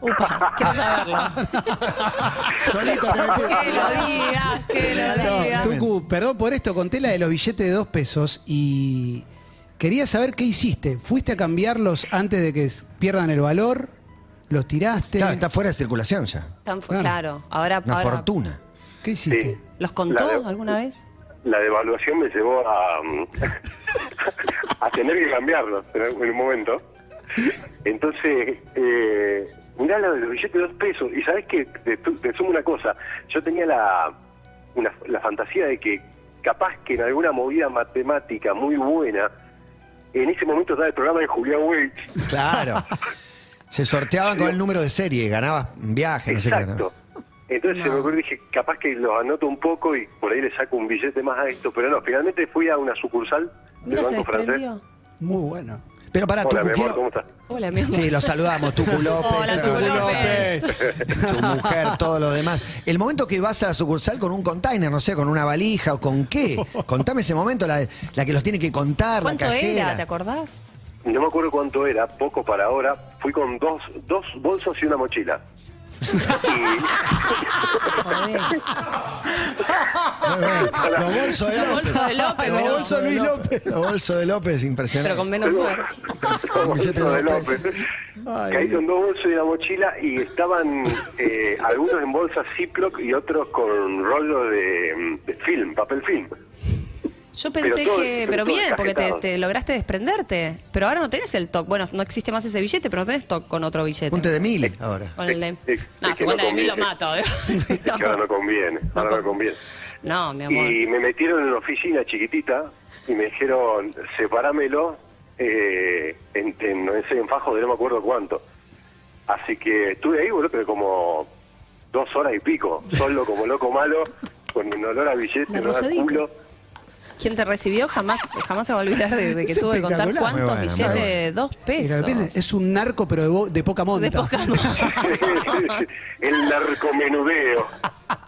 C: Upa, quiero saberlo.
B: Solito te metí.
C: que lo digas, que lo digas.
D: Tucu, perdón por esto, conté la de los billetes de dos pesos y quería saber qué hiciste. ¿Fuiste a cambiarlos antes de que s- pierdan el valor? ¿Los tiraste?
B: Claro, está fuera de circulación ya.
C: Tan fu-
D: Claro.
C: claro. ahora,
B: Una
C: ahora-
B: fortuna.
D: ¿Qué hiciste?
A: Sí.
C: ¿Los contó
A: La de-
C: alguna vez?
A: La devaluación me llevó a, mm, a tener que cambiarlo en algún- en un momento. Entonces, eh, mirá lo de los billetes de dos pesos. Y sabes que, te, te sumo una cosa, yo tenía la, una- la fantasía de que capaz que en alguna movida matemática muy buena, en ese momento estaba el programa de Julián Weitz.
B: Claro. Se sorteaban con el número de serie, ganabas un viaje, no sé qué.
A: Exacto. Entonces se me ocurrió, dije, capaz que los anoto un poco y por ahí le saco un billete más a esto, pero no, finalmente fui a una sucursal del
C: Mira, se
A: Banco Francés.
C: desprendió.
D: Muy bueno.
B: Pero para
A: Hola,
B: Tucu,
A: mi amor,
B: quiero...
A: ¿cómo estás?
C: Hola, mi amor.
B: Sí, lo saludamos, Tucu López,
C: Hola, Tucu pues.
B: Tucu
C: López.
B: tu mujer, todo lo demás. El momento que vas a la sucursal con un container, no sé, con una valija o con qué. Contame ese momento, la, la que los tiene que contar, la
C: ¿Cuánto
B: cajera.
C: era? ¿Te acordás?
A: No me acuerdo cuánto era, poco para ahora. Fui con dos, dos bolsos y una mochila.
C: Jodés.
B: Muy bien. Los bolsos de
C: Los
B: López. Los bolsos
C: bolsos de López, boludo.
B: de Luis López. Los bolsos de López,
C: Pero con
B: impresionante.
C: menos suerte.
A: Los
B: billete
A: bolsos
B: de
A: de
B: López.
A: López. Caí con dos bolsos y una mochila y estaban eh, algunos en bolsa Ziploc y otros con rollo de, de film, papel film.
C: Yo pensé
A: todo-
C: que. Pero
A: pero todo
C: bien, porque te,
A: encajetado.
C: te lograste desprenderte. Pero ahora no tenés el TOC. Bueno, no existe más ese billete, pero no tenés TOC con otro billete.
B: Punte de mil ahora.
C: Con el de.
A: Es- es-
C: No,
A: es que
C: si cuenta
A: no
C: de mil lo
A: conviene.
C: mato.
A: Es que ahora no conviene, ahora no conviene.
C: No, mi amor.
A: Y me metieron en una oficina chiquitita y me dijeron, separámelo eh, en, en, no sé, en fajos de no me acuerdo cuánto. Así que estuve ahí, boludo, pero como dos horas y pico, solo como loco malo, con un olor a billete,
C: La
A: un olor a
C: rosadita.
A: culo.
C: Quien te recibió jamás, jamás se va a olvidar de, de que
D: Es
C: tuve que contar cuántos
D: espectacular.
B: Muy bueno, muy
C: billetes
B: bueno.
C: de dos
D: Mira,
C: pesos.
D: depende, es un narco, pero de, bo- de poca monta.
C: de poca
A: El narcomenudeo.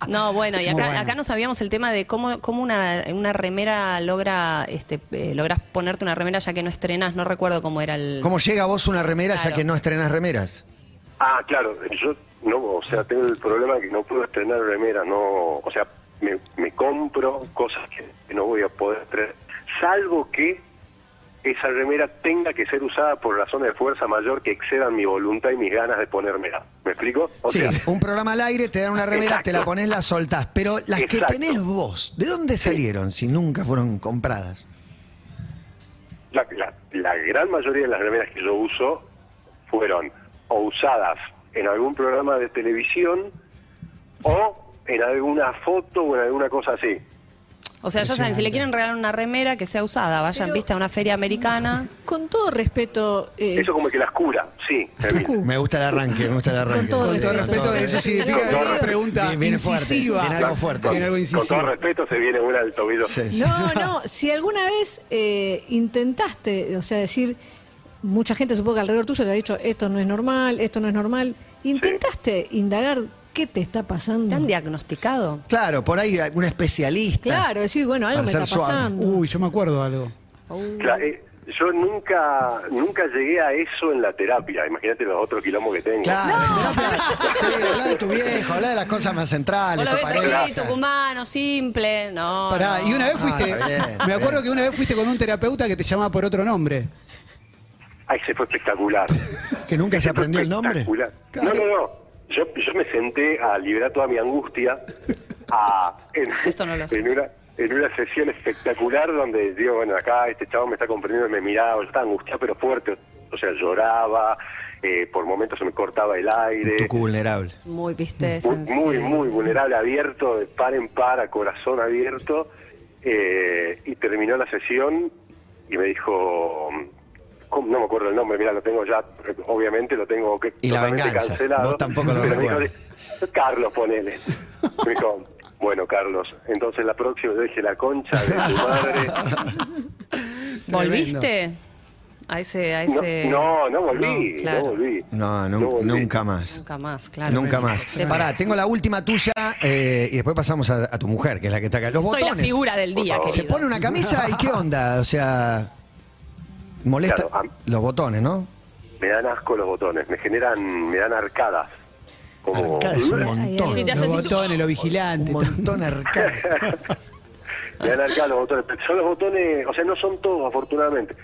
C: No, bueno, y
D: Muy
C: acá,
D: bueno.
C: acá no sabíamos el tema de cómo, cómo una, una remera logra, este, eh, logras ponerte una remera ya que no estrenas, no recuerdo cómo era el...
B: ¿Cómo llega a vos una remera ya
C: Claro.
B: que no estrenás remeras?
A: Ah, claro, yo no, o sea, tengo el problema de que no puedo estrenar remera, no, o sea, me, me compro cosas que, que no voy a poder estrenar, salvo que esa remera tenga que ser usada por razones de fuerza mayor que excedan mi voluntad y mis ganas de ponérmela. ¿Me explico? O
B: sí,
A: sea,
B: un programa al aire, te dan una remera,
A: Exacto.
B: te la pones, la soltás. Pero las que
A: Exacto.
B: tenés vos, ¿de dónde salieron si nunca fueron compradas?
A: la, la- la gran mayoría de las remeras que yo uso fueron o usadas en algún programa de televisión o en alguna foto o en alguna cosa así.
C: O sea, ya saben, si le quieren regalar una remera que sea usada, vayan,
E: Pero-
C: viste, a una feria americana.
E: Con todo respeto, eh,
A: Eso como que las cura, sí. Termina.
E: Tucu,
B: Me gusta el arranque, me gusta el arranque.
E: Con todo
D: Con todo
E: Con
D: respeto,
E: todo
D: eso
B: eh.
E: respeto.
D: significa que
A: Con
D: es
A: todo
D: una
A: respeto.
D: pregunta
B: Viene fuerte,
D: incisiva.
B: viene algo fuerte.
A: Con,
D: Tiene algo
A: con todo
D: incisivo.
A: respeto, se viene una del tobillo.
B: Sí, sí.
E: No, no, si alguna vez eh, intentaste, o sea, decir, mucha gente supongo que alrededor tuyo te ha dicho, esto no es normal, esto no es normal, intentaste indagar qué te está pasando.
C: ¿Te han diagnosticado?
B: Claro, por ahí algún especialista.
E: Claro, decir, bueno, algo
B: Para
E: me
B: ser
E: está
B: suave.
E: pasando.
D: Uy, yo me acuerdo algo.
A: Cla- eh, yo nunca nunca llegué a eso en la terapia. Imagínate los otros quilombos que tengo.
B: Claro, pero- sí, habla de tu viejo, habla de las cosas más centrales.
C: Vos lo
B: tu
C: ves
B: pareja.
C: así, tucumano, simple, no.
D: Pará,
C: no.
D: y una vez fuiste.
B: está bien, está
D: me acuerdo
B: bien.
D: que una vez fuiste con un terapeuta que te llamaba por otro nombre.
A: Ay, se fue espectacular. ¿Se
B: Que nunca se aprendió el nombre.
A: No, no, no. Yo, yo me senté a liberar toda mi angustia a- en,
C: Esto no lo sé.
A: en una en una sesión espectacular donde digo, bueno, acá este chavo me está comprendiendo, me miraba, yo estaba angustiado pero fuerte. O sea, lloraba, eh, por momentos se me cortaba el aire.
B: Tu vulnerable.
C: Muy, viste,
A: muy, muy,
C: sensible.
A: muy vulnerable, abierto, de par en par, a corazón abierto. eh, y terminó la sesión y me dijo, ¿cómo? no me acuerdo el nombre, mira, lo tengo ya, obviamente lo tengo que,
B: Y la
A: totalmente
B: venganza.
A: cancelado.
B: Vos tampoco lo
A: pero me dijo, "Eh,
B: recuerdas.
A: Carlos, ponele. Me dijo, bueno, Carlos, entonces la próxima le dije la concha de tu madre.
C: ¿Volviste? A ese, a ese...
A: No, no, no volví,
C: No,
A: no,
C: claro.
A: volví.
B: No, nun-
A: volví.
B: nunca más.
C: Nunca más, claro.
B: Nunca
C: porque
B: más.
C: se-
B: Pará, tengo la última tuya eh, y después pasamos a, a tu mujer, que es la que está acá. Los
C: Soy
B: botones.
C: la figura del día,
A: Por favor.
B: Se
C: querido.
B: pone una camisa y qué onda, o sea, molesta
A: Claro, am-
B: los botones, ¿no?
A: Me dan asco los botones, me generan, me dan arcadas. Como,
B: Arcada es un montón,
C: Oh. Si te
D: Los
C: haces así, tú-
D: botones, los
B: un
D: vigilantes.
B: montón arcada.
A: Me han arcado los botones. pero Son los botones, o sea, no son todos, afortunadamente.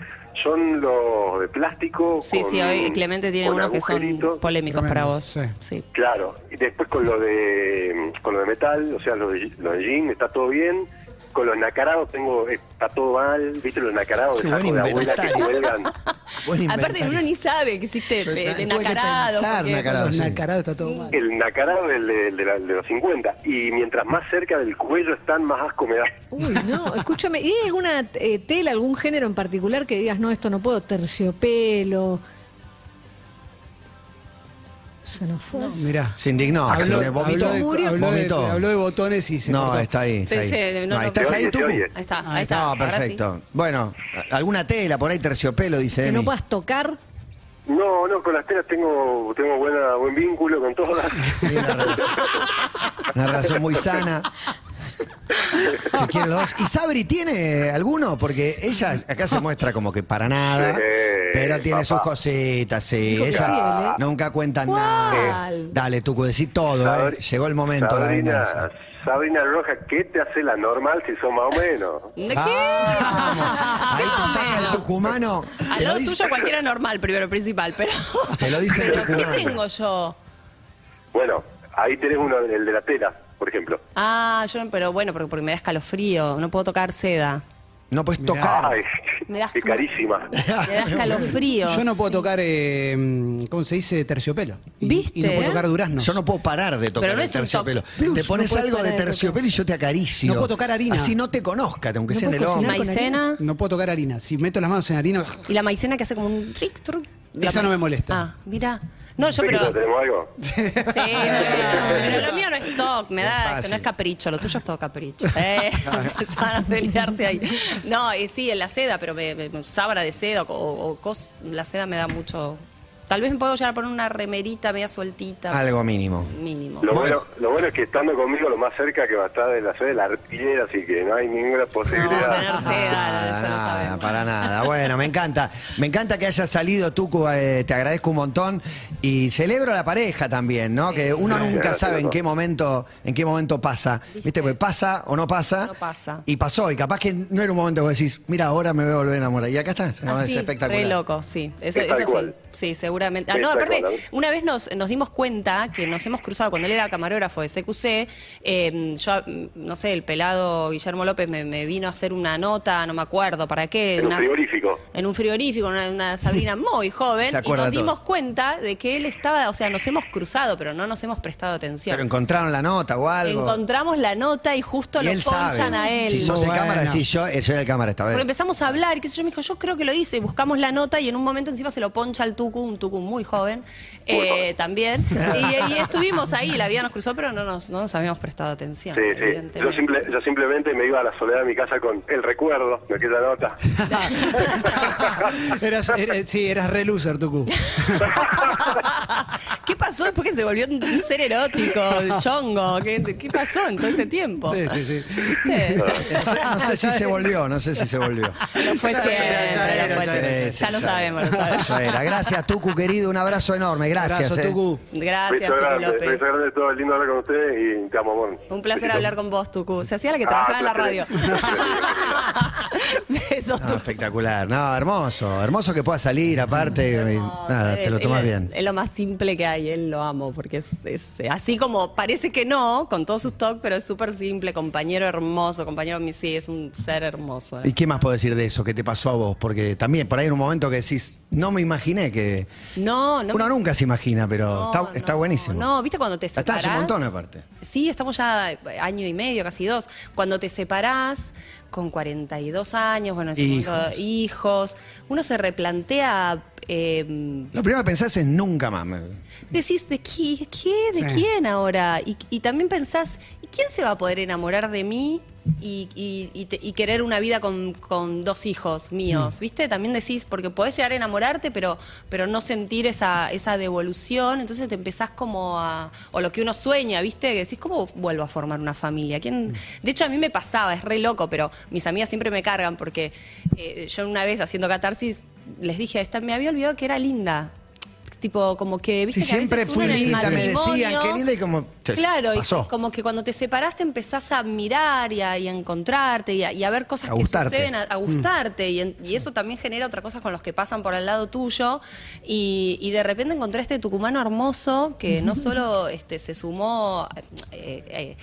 A: Son los de plástico.
C: Sí,
A: con-
C: sí, hoy Clemente tiene
A: con
C: unos que son
A: agujerito.
C: polémicos para
D: Tremendos,
C: vos.
D: sí.
C: Sí.
A: Claro, y después con lo de con lo de metal, o sea, lo de, lo de jean, está todo bien. Con los nacarados tengo, está todo mal. ¿Viste los nacarados
B: Qué
A: de saco
B: buen
A: de abuela que
B: inventario.
A: cuelgan?
B: Buen
C: Aparte,
B: inventario.
C: uno ni sabe que existe
B: Yo
C: eh,
B: tuve que
C: de nacarado.
B: pensar,
C: porque-
B: nacarado.
D: Los
B: sí.
D: nacarados, está todo mal.
A: El nacarado del, del- de, la- de los 50. Y mientras más cerca del cuello están, más asco me da.
E: Uy, no, escúchame, ¿y hay alguna eh, tela, algún género en particular que digas, no, esto no puedo? Terciopelo. Se nos fue.
D: Mirá.
B: Se indignó, se le vomitó.
D: habló de- habló de-
B: vomitó.
D: habló de botones y se
B: no,
D: cortó.
B: está ahí. Está
C: Sí,
B: ahí.
C: sí, no,
B: No,
C: no,
B: ¿Estás
A: se
B: ahí,
A: oye, se
B: Tucu?
A: oye.
C: Ahí está,
D: Ahí
C: ahí está.
B: No,
C: ahora sí.
B: perfecto. Bueno, a- alguna tela, por ahí terciopelo, dice
E: Que
B: Emi.
E: no puedas tocar.
A: No, no, con las telas tengo tengo buena buen vínculo con todas.
B: Sí, una relación- Una relación muy sana. Si quieren los dos. ¿Y Sabri tiene alguno? Porque ella acá se muestra como que para nada,
A: Sí,
B: pero tiene
A: papá.
B: sus cositas, sí.
E: Dijo que
B: Ella
E: sí, él, ¿eh?
B: nunca cuentan
E: ¿Cuál?
B: nada. Dale, Tucu, decí todo, ¿eh?
A: Sabri-
B: Llegó el momento, la
A: Sabrina,
B: venganza.
A: Sabrina Roja, ¿qué te hace la normal si son más o menos?
C: ¿De
B: Vamos. Ahí te
C: ¿Qué?
B: saca el tucumano.
C: Al
B: Te lo
C: lado
B: dice-
C: tuyo cualquiera normal, primero, principal, pero...
B: Te lo dice el
C: pero ¿qué
B: tucumano.
C: tengo yo?
A: Bueno, ahí tenés uno, el de la tela, por ejemplo.
C: Ah, yo no, pero bueno, porque, porque me da escalofrío, no puedo tocar seda.
B: No puedes tocar.
A: Ay,
C: Me das
A: qué
C: como-
A: carísima.
B: Ah,
C: Me da escalofrío.
D: Yo no puedo tocar, eh, ¿cómo se dice? Terciopelo. Y-
C: ¿Viste?
D: Y, no puedo tocar duraznos.
B: Yo no puedo parar de tocar
C: Pero no
B: el
C: es un
B: terciopelo.
C: toc-
E: plus,
B: te
E: no
B: pones
E: puedes
B: algo de
E: parar de
B: terciopelo y yo te acaricio.
D: No puedo tocar harina.
B: Así no te conozca, aunque
E: No
B: sea en el
E: puedo
B: hombro.
E: cocinar con
C: Maicena.
D: No puedo tocar harina. Si meto las manos en harina,
C: Y la maicena que hace como un trick, truc.
D: Esa no me molesta.
C: Ah, mira. No, yo
A: Chiquito,
C: pero...
A: ¿Tenemos algo?
C: Sí, no, pero lo mío no es toc, me
B: Es
C: da,
B: fácil.
C: no es capricho, lo tuyo es todo capricho. Eh, empezaban a pelearse ahí. No, eh, sí, en la seda, pero me, me- sábana de seda o, o cos- la seda me da mucho. Tal vez me puedo llegar a poner una remerita media sueltita,
B: Algo mínimo.
C: mínimo.
A: Lo
B: Bueno.
A: bueno. lo bueno es que estando conmigo lo más cerca que va a estar de la sede de la artillera, así que no hay ninguna
C: No,
A: posibilidad.
C: tener seda,
B: Nada,
C: eso lo
B: nada,
C: sabemos.
B: Ah, para nada. Bueno, me encanta. Me encanta que hayas salido, Tucu. eh, te agradezco un montón. Y celebro a la pareja también, ¿no? Que uno
A: Gracias,
B: nunca
A: gracias,
B: sabe en
A: loco.
B: qué momento, en qué momento pasa. ¿Viste? Pues pasa o no pasa.
C: No pasa.
B: Y pasó. Y capaz que no era un momento que decís, mira, ahora me voy a volver a enamorar. Y acá estás. No,
C: Así,
B: Ah, es espectacular.
C: Ah, Re loco, sí. Eso,
A: Es tal
C: eso sí.
A: cual.
C: Sí, seguramente. Ah,
A: Es
C: no,
A: tal
C: aparte,
A: cual, ¿eh?
C: una vez nos, nos dimos cuenta que nos hemos cruzado cuando él era camarógrafo de CQC. eh, yo, mm, no sé, el pelado Guillermo López me, me vino a hacer una nota, no me acuerdo para qué.
A: En un
C: unas-
A: frigorífico.
C: En un frigorífico, una, una Sabrina muy joven.
B: Se acuerda
C: y nos
B: todo.
C: dimos cuenta de que él estaba, o sea, nos hemos cruzado, pero no nos hemos prestado atención.
B: Pero encontraron la nota o algo.
C: Encontramos la nota y justo
B: y
C: lo
B: él
C: ponchan
B: sabe.
C: a él.
B: Si sos el
D: Bueno.
B: cámara, decís yo, eh, yo era el cámara esta vez.
C: Porque empezamos a hablar, qué sé yo, me dijo, yo creo que lo hice, buscamos la nota y en un momento encima se lo poncha al tucu, un tucu muy joven, eh,
A: joven.
C: también. Y, y estuvimos ahí, la vida nos cruzó, pero no nos, no nos habíamos prestado atención,
A: Sí, sí.
C: evidentemente.
A: Yo, simple- yo simplemente me iba a la soledad de mi casa con el recuerdo de aquella nota.
D: eras, era- sí, eras re loser, Tucu.
C: ¿Qué pasó después que se volvió un un ser erótico, chongo? ¿Qué, qué pasó en todo ese tiempo?
D: Sí, sí, sí.
C: ¿Viste?
B: No sé, no sé si se volvió, no sé si se volvió.
C: Lo fue siempre,
D: era,
C: lo fue
D: ya
C: siempre.
B: era,
C: Ya lo sabemos, lo sabemos.
B: Ya era. Gracias, Tucu, querido. Un abrazo enorme. Gracias.
D: Abrazo,
B: eh.
D: Tucu.
C: Gracias,
A: Beso
C: Tucu
A: grande,
C: López.
A: beso grande, todo lindo hablar con ustedes y te amo, amor.
C: Un placer
A: Besitos.
C: hablar con vos, Tucu. Se
A: Ah,
C: hacía la que trabajaba en la radio. Besos,
B: No,
C: Tucu.
B: espectacular. No, hermoso. Hermoso que pueda salir, aparte. y nada, Ah, te lo
C: Es-
B: tomas
C: es-
B: bien.
C: Es lo más simple que hay, él lo amo, porque es, es, eh, así como parece que no, con todos sus toques, pero es súper simple, compañero hermoso, compañero mi sí, es un ser hermoso.
B: ¿Y qué más puedo decir de eso que te pasó a vos? Porque también por ahí en un momento que decís, No me imaginé que.
C: No, no.
B: Uno
C: me-
B: nunca se imagina, pero
C: No,
B: está, está
C: no,
B: buenísimo.
C: No, viste cuando te
B: Está
C: separás.
B: hace un montón aparte.
C: Sí, estamos ya eh, año y medio, casi dos. Cuando te separás con 42 años, bueno, en ese
B: Hijos.
C: momento, hijos, uno se replantea. eh,
B: Lo primero que pensás es nunca más.
C: decís, ¿de qué? qué- ¿De
D: Sí.
C: quién ahora? Y, y también pensás, ¿y quién se va a poder enamorar de mí y, y- y te- y querer una vida con, con dos hijos míos? ¿Viste? También decís, porque podés llegar a enamorarte, pero, pero no sentir esa, esa devolución. Entonces te empezás como a. O lo que uno sueña, ¿viste? Que decís, ¿cómo vuelvo a formar una familia? ¿Quién? De hecho, a mí me pasaba, es re loco, pero mis amigas siempre me cargan porque eh, yo una vez haciendo catarsis les dije, esta, me había olvidado que era linda. Tipo, como que
B: Sí,
C: eh, viste que a
B: siempre
C: veces
B: fui
C: uno en el
B: linda, me decían,
C: matrimonio-
B: qué linda, y como. che,
C: Claro, y
B: pasó.
C: como que cuando te separás te empezás a mirar y a, y a encontrarte y a, y a ver cosas
B: A
C: que
B: gustarte. Mm.
C: suceden, a, a gustarte. Y, en- y eso también genera otras cosas con los que pasan por al lado tuyo. Y, y de repente encontré este tucumano hermoso que no solo este, se sumó. eh, eh,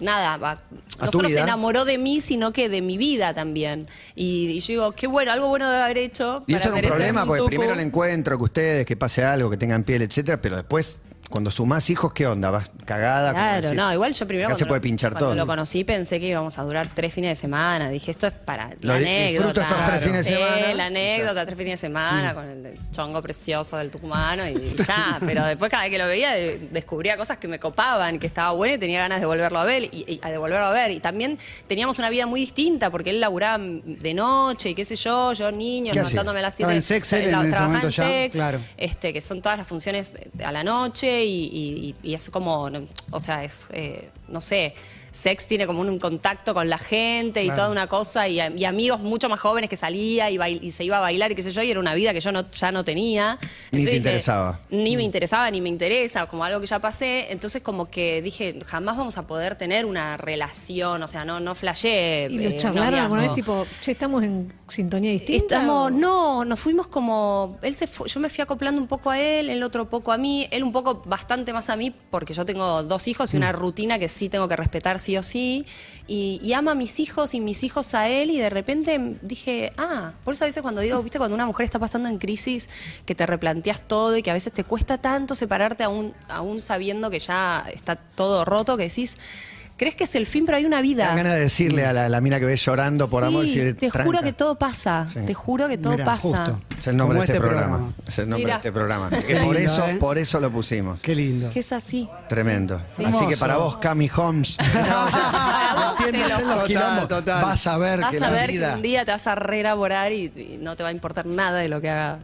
C: Nada, va-
B: A
C: no
B: tu
C: solo se
B: vida.
C: enamoró de mí, sino que de mi vida también. Y, y yo digo, qué bueno, algo bueno debe haber hecho.
B: Y
C: para
B: eso era un
C: merecerme
B: problema, porque
C: tucu.
B: primero el encuentro, que ustedes, que pase algo, que tengan piel, etcétera, pero después, cuando sumás hijos, ¿qué onda? ¿Vas cagada? como
C: Claro,
B: decís,
C: no, igual yo primero.
B: Acá se
C: cuando
B: puede
C: lo-
B: pinchar
C: cuando
B: todo.
C: Lo conocí, pensé que íbamos a durar tres fines de semana. Dije, esto es para. la
B: Lo di-
C: anécdota.
B: disfruto estos tres fines de
C: Sí,
B: semana. Mm.
C: la anécdota, tres fines de semana, con el chongo precioso del tucumano y, y ya. Pero después, cada vez que lo veía, de- descubría cosas que me copaban, que estaba bueno y tenía ganas de volverlo a ver. Y, y- a de volverlo a ver. Y también teníamos una vida muy distinta, porque él laburaba de noche y qué sé yo, yo niño,
B: ¿Qué hacía?
C: levantándome a las
D: Estaba
C: siete.
D: en Sexcel en
C: tra-
D: ese
C: trabajaba
D: momento ya,
C: Sex,
D: claro.
C: este, que son todas las funciones a la noche y, y- y- y es como, no, o sea, es, eh, no sé, sex tiene como un, un contacto con la gente y
D: Claro.
C: toda una cosa y, a- y amigos mucho más jóvenes que salía y, bail- y se iba a bailar y qué sé yo, y era una vida que yo no, ya no tenía.
B: Ni
C: Entonces
B: te interesaba. Mm.
C: Ni me interesaba, ni me interesa, como algo que ya pasé. Entonces como que dije, jamás vamos a poder tener una relación, o sea, no, no flasheé.
E: ¿Y lo
C: eh,
E: charlaron alguna vez?
C: noviazgo.
E: Tipo, che, estamos en sintonía distinta.
C: Estamos,
E: o-
C: no, nos fuimos como. Él se fue- yo me fui acoplando un poco a él, él otro poco a mí, él un poco bastante más a mí, porque yo tengo dos hijos y
E: Mm.
C: una rutina que sí tengo que respetar sí o sí. Y, y ama a mis hijos y mis hijos a él, y de repente dije, ah, por eso a veces cuando digo, viste, cuando una mujer está pasando en crisis, que te replanteas todo y que a veces te cuesta tanto separarte aún, aún sabiendo que ya está todo roto, que decís, crees que es el fin, pero hay una
B: Me
C: vida.
B: dan ganas de decirle a la, la mina que ves llorando por
C: Sí,
B: amor. decirle,
C: te juro
B: "Tranca".
C: que todo pasa.
B: Sí.
C: Te juro que todo
D: Mirá,
C: pasa.
D: justo.
B: Es el nombre
D: Como
B: de este,
D: este
B: programa.
D: programa.
B: Es el nombre
C: Mirá.
B: de este programa. Que por,
D: lindo,
B: eso,
D: ¿eh?
B: por eso lo pusimos.
D: Qué lindo.
C: Que es así.
B: Tremendo.
C: Sí.
B: Así que
D: Hermoso.
B: para vos, Cami Holmes,
C: Para vos,
B: entiendes
C: te
B: en
C: lo-
B: los
D: Total,
B: quilombos.
D: total.
B: Vas a ver que
C: Vas a
B: la
C: ver que
B: vida.
C: un día te vas a reelaborar y, y no te va a importar nada de lo que haga.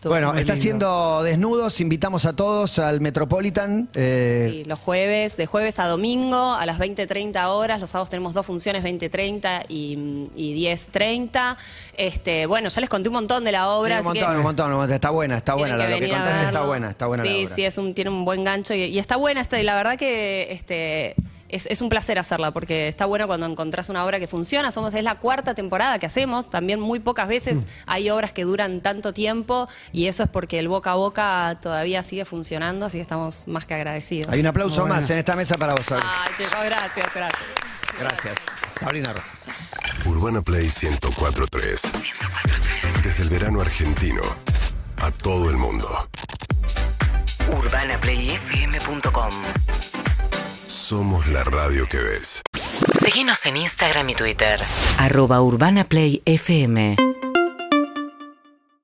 C: tu-
B: Bueno, eh, está
D: lindo.
B: siendo desnudos. Invitamos a todos al Metropolitan. eh,
C: Sí, los jueves, de jueves a domingo a las 20.30 horas. Los sábados tenemos dos funciones, 20.30 y, y 10.30. Este, bueno, ya les conté un montón de la obra.
B: sí, un
C: así que-
B: montón, un montón, un montón. Está buena, está buena.
C: Tienen
B: Ah, Lo que
C: venir a
B: contaste está
C: verlo.
B: buena, está buena
C: Sí,
B: la obra.
C: sí, es un, tiene un buen gancho y, y está buena esta, y la verdad que este es, es un placer hacerla, porque está bueno cuando encontrás una obra que funciona. Somos, es la cuarta temporada que hacemos, también muy pocas
B: Mm.
C: veces hay obras que duran tanto tiempo, y eso es porque el boca a boca todavía sigue funcionando, así que estamos más que agradecidos.
B: Hay un aplauso
D: Muy
B: más
D: buena.
B: en esta mesa para vos, Sabrina.
C: Ay, chicos, gracias, gracias.
B: Gracias. Sabrina Rojas.
F: Urbana Play 1043. Desde el verano argentino a todo el mundo.
G: UrbanaPlayFM.com
F: Somos la radio que ves.
G: Síguenos en Instagram y Twitter. Arroba UrbanaPlayFM.